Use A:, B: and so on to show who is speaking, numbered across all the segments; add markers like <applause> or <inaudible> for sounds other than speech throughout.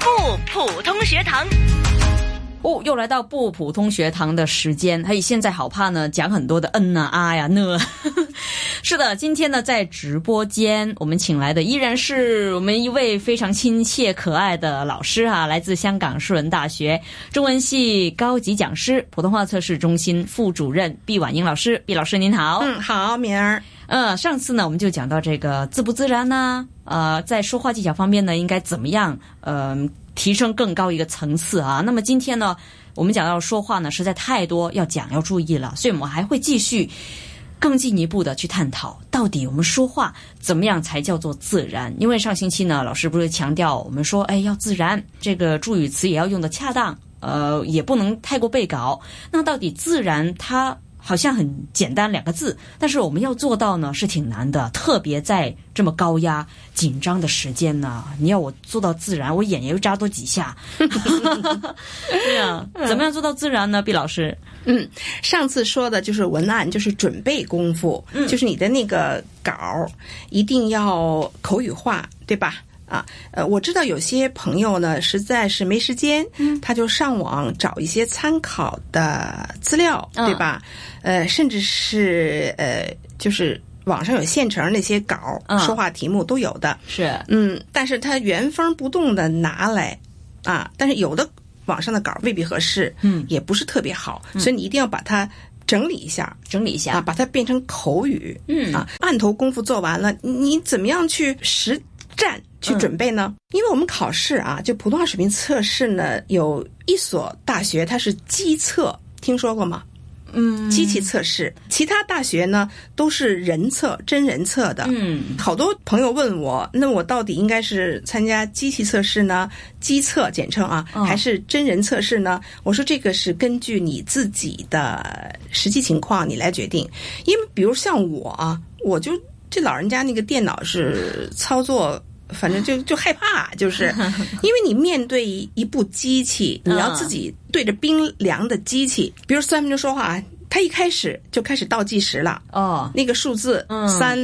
A: 不普通学堂。
B: 哦，又来到不普通学堂的时间。嘿，现在好怕呢，讲很多的嗯呐、啊呀、呢。 <laughs> 是的，今天呢，在直播间我们请来的依然是我们一位非常亲切可爱的老师哈、来自香港树人大学中文系高级讲师、普通话测试中心副主任毕婉英老师。毕老师您好，
C: 嗯，好，敏儿，
B: 呃，上次呢，我们就讲到这个自不自然呢、呃，在说话技巧方面呢，应该怎么样，嗯、提升更高一个层次啊。那么今天呢，我们讲到说话呢，实在太多要讲要注意了，所以我们还会继续更进一步的去探讨，到底我们说话怎么样才叫做自然？因为上星期呢，老师不是强调我们说，哎，要自然，这个助语词也要用的恰当，呃，也不能太过被搞。那到底自然它好像很简单两个字，但是我们要做到呢是挺难的，特别在这么高压紧张的时间呢，你要我做到自然，我眼也要眨多几下。对啊，怎么样做到自然呢？毕老师，
C: 嗯，上次说的就是文案，就是准备功夫，
A: 嗯
C: 就是你的那个稿儿一定要口语化，对吧？啊，呃，我知道有些朋友呢，实在是没时间，
A: 嗯
C: 他就上网找一些参考的资料，
B: 嗯
C: 对吧？呃，甚至是呃，就是网上有现成那些稿儿，
B: 嗯
C: 说话题目都有的。
B: 是
C: 嗯，但是他原封不动的拿来啊，但是有的网上的稿未必合适，
B: 嗯
C: 也不是特别好，所以你一定要把它整理一下
B: 整理一
C: 啊，
B: 下，
C: 把它变成口语，
B: 嗯
C: 啊，案头功夫做完了，你你怎么样去实战去
B: 嗯
C: 准备呢？因为我们考试啊，就普通话水平测试呢，有一所大学它是机测，听说过吗？
B: 嗯
C: 机器测试，其他大学呢都是人测、真人测的。
B: 嗯
C: 好多朋友问我，那我到底应该是参加机器测试呢？机测简称啊，
B: 嗯
C: 还是真人测试呢？我说这个是根据你自己的实际情况你来决定，因为比如像我啊，我就这老人家那个电脑是操作。反正就就害怕，就是
B: <laughs>
C: 因为你面对一一部机器，你要
B: 嗯
C: 自己对着冰凉的机器，比如三分钟说话啊，它一开始就开始倒计时了，
B: 哦
C: 那个数字，
B: 嗯
C: 三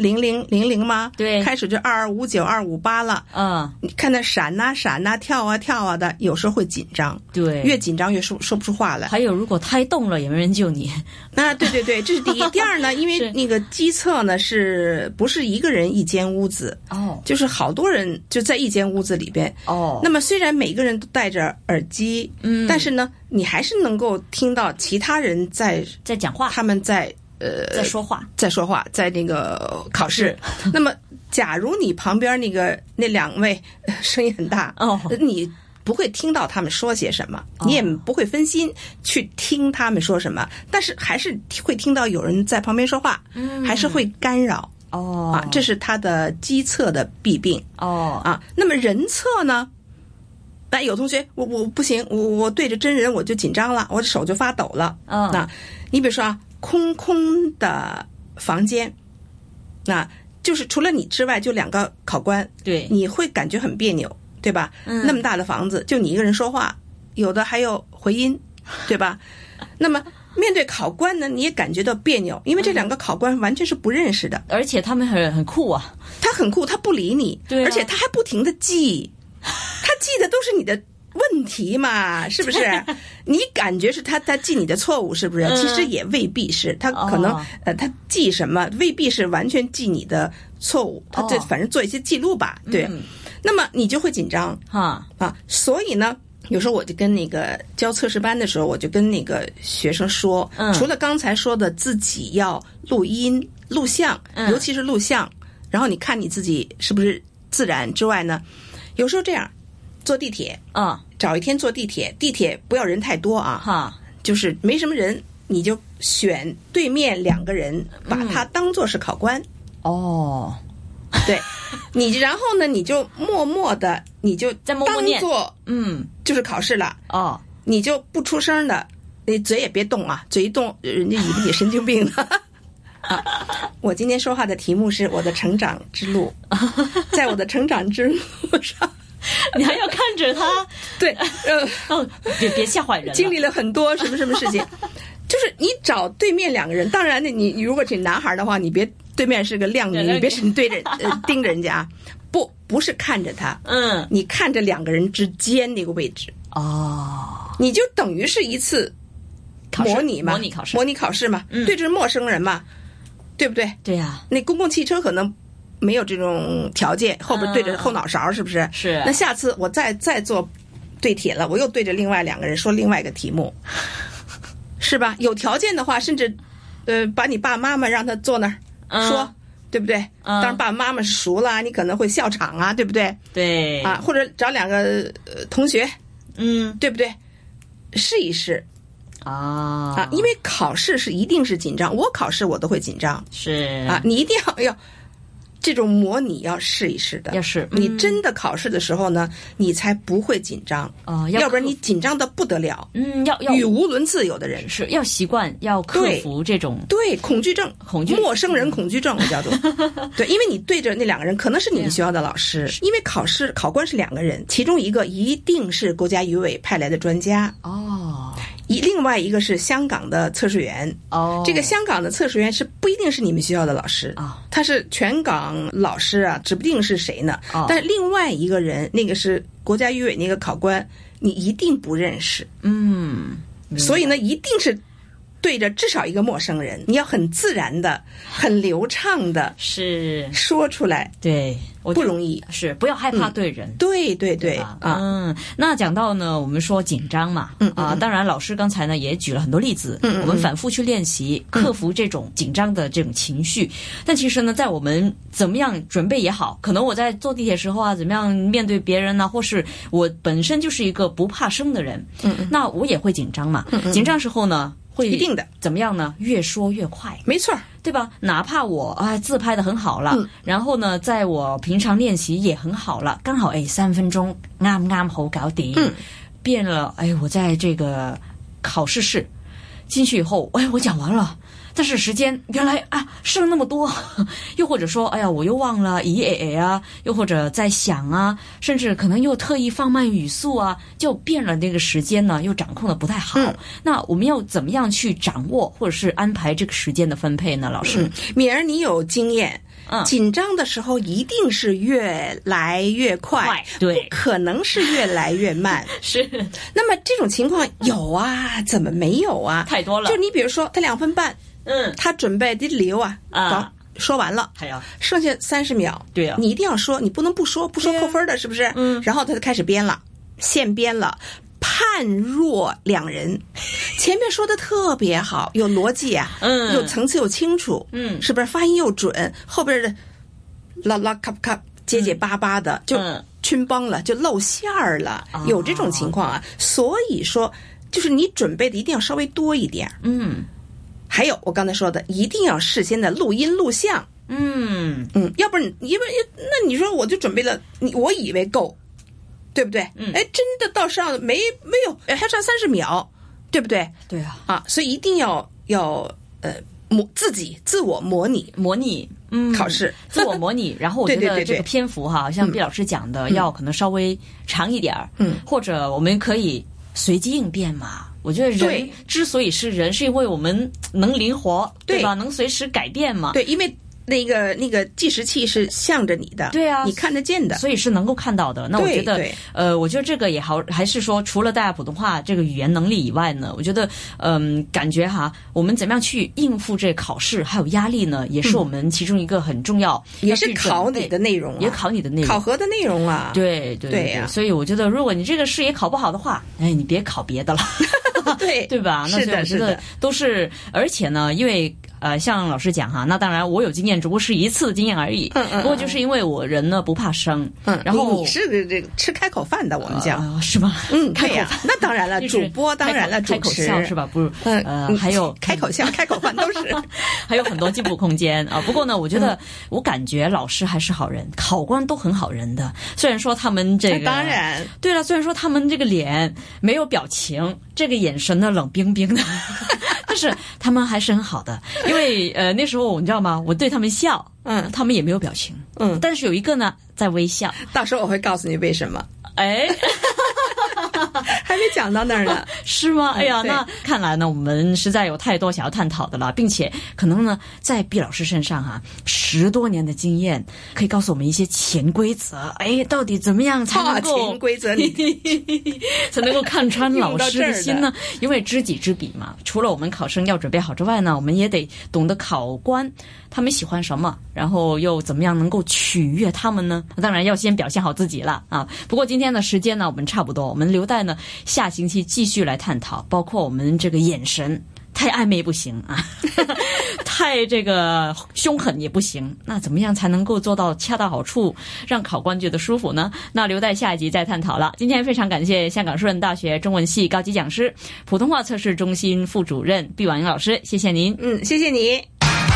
C: 零零零零吗？
B: 对
C: 开始就二二五九二五八了。
B: 嗯，
C: 你看它闪呐、闪呐、跳啊跳啊的，有时候会紧张，
B: 对，
C: 越紧张越说说不出话来。
B: 还有如果胎动了也没人救你，
C: 那对对
B: <laughs>
C: 对，这是第一。第二呢，因
B: 是
C: 为那个机测呢是不是一个人一间屋子，
B: 哦
C: 就是好多人就在一间屋子里边。
B: 哦，
C: 那么虽然每个人都戴着耳机，
B: 嗯
C: 但是呢，你还是能够听到其他人在
B: 在讲话，
C: 他们在呃
B: 在说话，
C: 在说话，在那个考试。那么，假如你旁边那个那两位呃声音很大，
B: 哦
C: 呃你不会听到他们说些什么，
B: 哦
C: 你也不会分心去听他们说什么，但是还是会听到有人在旁边说话，还是会干扰
B: 嗯哦
C: 啊。这是他的机测的弊病
B: 哦
C: 啊。那么人测呢？哎，有同学，我我不行，我我对着真人我就紧张了，我的手就发抖了。
B: 嗯
C: 那你比如说啊，空空的房间，那就是除了你之外就两个考官，
B: 对
C: 你会感觉很别扭，对吧？
B: 嗯
C: 那么大的房子，就你一个人说话，有的还有回音，对
B: <laughs>
C: 吧？那么面对考官呢，你也感觉到别扭，因为这两个考官完全是不认识的。
B: 而且他们很很酷啊，
C: 他很酷，他不理你，
B: 对啊
C: 而且他还不停的
B: <laughs>
C: 记，他记的都是你的问题嘛，是不是？你感觉是他他记你的错误，是不是？
B: 嗯
C: 其实也未必是，他
B: 哦
C: 可能、呃，他记什么未必是完全记你的错误，他这
B: 哦
C: 反正做一些记录吧，对。
B: 嗯
C: 那么你就会紧张
B: 哈
C: 啊，所以呢。有时候我就跟那个教测试班的时候，我就跟那个学生说，
B: 嗯
C: 除了刚才说的自己要录音、录像，
B: 嗯
C: 尤其是录像，然后你看你自己是不是自然之外呢，有时候这样，坐地铁
B: 啊
C: 找一天坐地铁，地铁不要人太多啊，
B: 哈
C: 就是没什么人，你就选对面两个人，
B: 嗯
C: 把他当做是考官，
B: 哦。 <laughs>
C: 对，你然后呢，你就默默的，你就
B: 再默默念
C: 当做
B: 嗯，
C: 就是考试了。
B: 哦， <laughs>
C: 你就不出声的，你嘴也别动啊，嘴一动，人家以为你神经病了。 <laughs> 啊，我今天说话的题目是我的成长之路，在我的成长之路上，
B: 你还要看着他，
C: 对，呃，
B: 哦，别别吓坏人了。
C: 经历了很多什么什么事情，就是你找对面两个人，当然呢，你你如果是男孩的话，你别对面是个靓女，<laughs>
B: 对
C: 你别是你对着、呃、盯着人家啊，不不，不是看着他，
B: 嗯，
C: 你看着两个人之间那个位置，
B: 哦，
C: 你就等于是一次
B: 考试
C: 模拟嘛，
B: 模拟考试
C: 模，拟考试嘛，
B: 嗯
C: 对着陌生人嘛，对不对？
B: 对啊呀，
C: 那公共汽车可能没有这种条件，后边对
B: 嗯
C: 着后脑勺是不是？
B: 是
C: 那下次我再再坐对铁了，我又对着另外两个人说另外一个题目，是吧？有条件的话，甚至呃，把你爸妈妈让他坐那儿、
B: 嗯
C: 说，对不对？
B: 嗯
C: 当然，爸爸妈妈是熟了，啊你可能会笑场啊，对不对？
B: 对，
C: 啊，或者找两个、呃、同学，
B: 嗯
C: 对不对？试一试
B: 啊
C: 啊，因为考试是一定是紧张，我考试我都会紧张，
B: 是
C: 啊，，你一定要 <laughs> 要这种模拟要试一试的。
B: 要嗯是
C: 你
B: 嗯
C: 真的考试的时候呢，你才不会紧张，
B: 哦，
C: 要不然
B: 克
C: 你紧张的不得了，
B: 嗯要要
C: 语无伦次。有的人
B: 是要习惯要克
C: 对
B: 服这种
C: 对恐惧症，
B: 恐惧
C: 陌生人恐惧症，我叫
B: <laughs>
C: 做对，因为你对着那两个人，可能是你们学校的老师，因为考试考官是两个人，其中一个一定是国家语委派来的专家，
B: 哦
C: 一另外一个是香港的测试员。
B: 哦
C: 这个香港的测试员是不一定是你们学校的老师
B: 啊，
C: 他是全港老师啊，指不定是谁呢。
B: 哦
C: 但另外一个人，那个是国家语委那个考官，你一定不认识，
B: 嗯
C: 所以呢，一定是对着至少一个陌生人，你要很自然的、很流畅的
B: 是
C: 说出来，
B: 对我
C: 不
B: 就
C: 容易。
B: 是不要害怕对人。
C: 对对对
B: 啊，
C: 啊，
B: 嗯，那讲到呢，我们说紧张嘛，
C: 嗯嗯
B: 啊，当然老师刚才呢也举了很多例子，
C: 嗯嗯嗯
B: 我们反复去练习，克服这种紧张的这种情绪。
C: 嗯
B: 但其实呢，在我们怎么样准备也好，可能我在坐地铁时候啊，怎么样面对别人呢、或是我本身就是一个不怕生的人，
C: 嗯
B: 那我也会紧张嘛，紧张时候呢。会
C: 一定的
B: 怎么样呢？越说越快，
C: 没错儿，
B: 对吧？哪怕我啊、哎自拍的很好了，
C: 嗯
B: 然后呢，在我平常练习也很好了，刚好哎三分钟啱啱好搞掂，
C: 嗯
B: 变了哎我在这个考试室进去以后，哎我讲完了。但是时间原来啊剩那么多， <laughs> 又或者说，哎呀，我又忘了，咦哎哎啊，又或者在想啊，甚至可能又特意放慢语速啊，就变了那个时间呢，又掌控的不太好。
C: 嗯
B: 那我们要怎么样去掌握或者是安排这个时间的分配呢？老师，
C: 嗯，敏儿你有经验。
B: 嗯
C: 紧张的时候一定是越来越
B: 快
C: 快，
B: 对
C: 不可能是越来越慢。
B: <laughs> 是
C: 那么这种情况有啊，怎么没有啊？
B: 太多了
C: 就你比如说，他两分半，
B: 嗯，
C: 他准备的理由啊，
B: 啊
C: 搞说完了，
B: 还有
C: 剩下三十秒，
B: 对啊
C: 你一定要说，你不能不说，不说
B: 对啊
C: 扣分的，是不是？
B: 嗯
C: 然后他就开始编了，现编了。判若两人，前面说的特别好，有逻辑啊，
B: 嗯
C: 有层次，又清楚，
B: 嗯
C: 是不是发音又准？后边的啦啦咔咔结结巴巴的，就
B: 嗯
C: 圈崩了，就露馅儿了，
B: 啊
C: 有这种情况啊。所以说，就是你准备的一定要稍微多一点儿。
B: 嗯
C: 还有我刚才说的，一定要事先的录音录像，
B: 嗯
C: 嗯，要不然你因为那你说我就准备了，你我以为够，对不对？
B: 嗯
C: 哎，真的到上没没有，哎还差三十秒，对不对？
B: 对啊，
C: 啊，所以一定要要呃模自己自我模拟
B: 模拟嗯
C: 考 <laughs> 试，
B: 自我模拟，然后我觉
C: 对对
B: 得
C: 对
B: 这个
C: 对
B: 篇幅哈，像毕老师讲的，要可能稍微长一点儿，
C: 嗯，
B: 或者我们可以随机应变嘛。我觉得人
C: 对
B: 之所以是人，是因为我们能灵活，对
C: 对
B: 吧？能随时改变嘛，
C: 对，因为那个那个计时器是向着你的，
B: 对啊
C: 你看得见的，
B: 所以是能够看到的。那我
C: 对
B: 觉得
C: 对，
B: 呃，我觉得这个也好，还是说除了大家普通话这个语言能力以外呢，我觉得，嗯、感觉哈，我们怎么样去应付这考试还有压力呢，也是我们其中一个很重要，
C: 嗯也
B: 要
C: 是
B: 去准
C: 考
B: 备
C: 你的内容、啊，
B: 也考你的内容。
C: 考核的内容啊，
B: <laughs> 对对
C: 对
B: 对
C: 呀
B: 所以我觉得，如果你这个试也考不好的话，哎，你别考别
C: <laughs>
B: 的了。
C: 对
B: 对吧？那
C: 是
B: 所以我
C: 的，
B: 觉
C: 是
B: 得
C: 的，
B: 都是，而且呢，因为呃，像老师讲哈，那当然我有经验，只不过是一次的经验而已。
C: 嗯嗯
B: 不过就是因为我人呢不怕生，
C: 嗯，
B: 然后
C: 你你是这这个吃开口饭的，我们讲。
B: 呃是吧？
C: 嗯，
B: 开
C: 对
B: 口
C: 呀、
B: <laughs>
C: 那当然了，
B: 就是
C: 主播当然了，
B: 开
C: 主
B: 口
C: 持
B: 开口笑是？吧？不是，
C: 嗯，
B: 呃，
C: 嗯
B: 还有
C: <laughs> 开口笑、开口饭都
B: <laughs>
C: 是。
B: 还有很多进步空间啊。不过
C: 嗯
B: 呢，我觉得我感觉老师还是好人，考官都很好人的。虽然说他们这
C: 那
B: 个
C: 当然，
B: 对了，虽然说他们这个脸没有表情，这个眼神呢冷冰冰的， <laughs> 但是他们还是很好的。因为呃那时候你知道吗？我对他们笑，
C: 嗯
B: 他们也没有表情，
C: 嗯，
B: 但是有一个呢在微笑，
C: 到时候我会告诉你为什么。
B: 哎。
C: 还没讲到那儿呢。
B: <laughs> 是吗？哎呀，
C: 对
B: 那看来呢，我们实在有太多想要探讨的了，并且可能呢，在毕老师身上哈、十多年的经验，可以告诉我们一些潜规则。哎，到底怎么样
C: <laughs>
B: 才
C: 啊，
B: 能够、
C: 潜规则
B: <laughs>
C: 你
B: 才能够看穿老师的心
C: <laughs> 用到
B: 呢？因为知己知彼嘛，除了我们考生要准备好之外呢，我们也得懂得考官他们喜欢什么，然后又怎么样能够取悦他们呢？当然要先表现好自己了啊！不过今天的时间呢，我们差不多，我们留待呢下星期继续来探讨，包括我们这个眼神。太暧昧不行啊， <laughs> 太这个凶狠也不行。那怎么样才能够做到恰到好处，让考官觉得舒服呢？那留待下一集再探讨了。今天非常感谢香港树人大学中文系高级讲师、普通话测试中心副主任毕婉莹老师，谢谢您。
C: 嗯，谢谢你。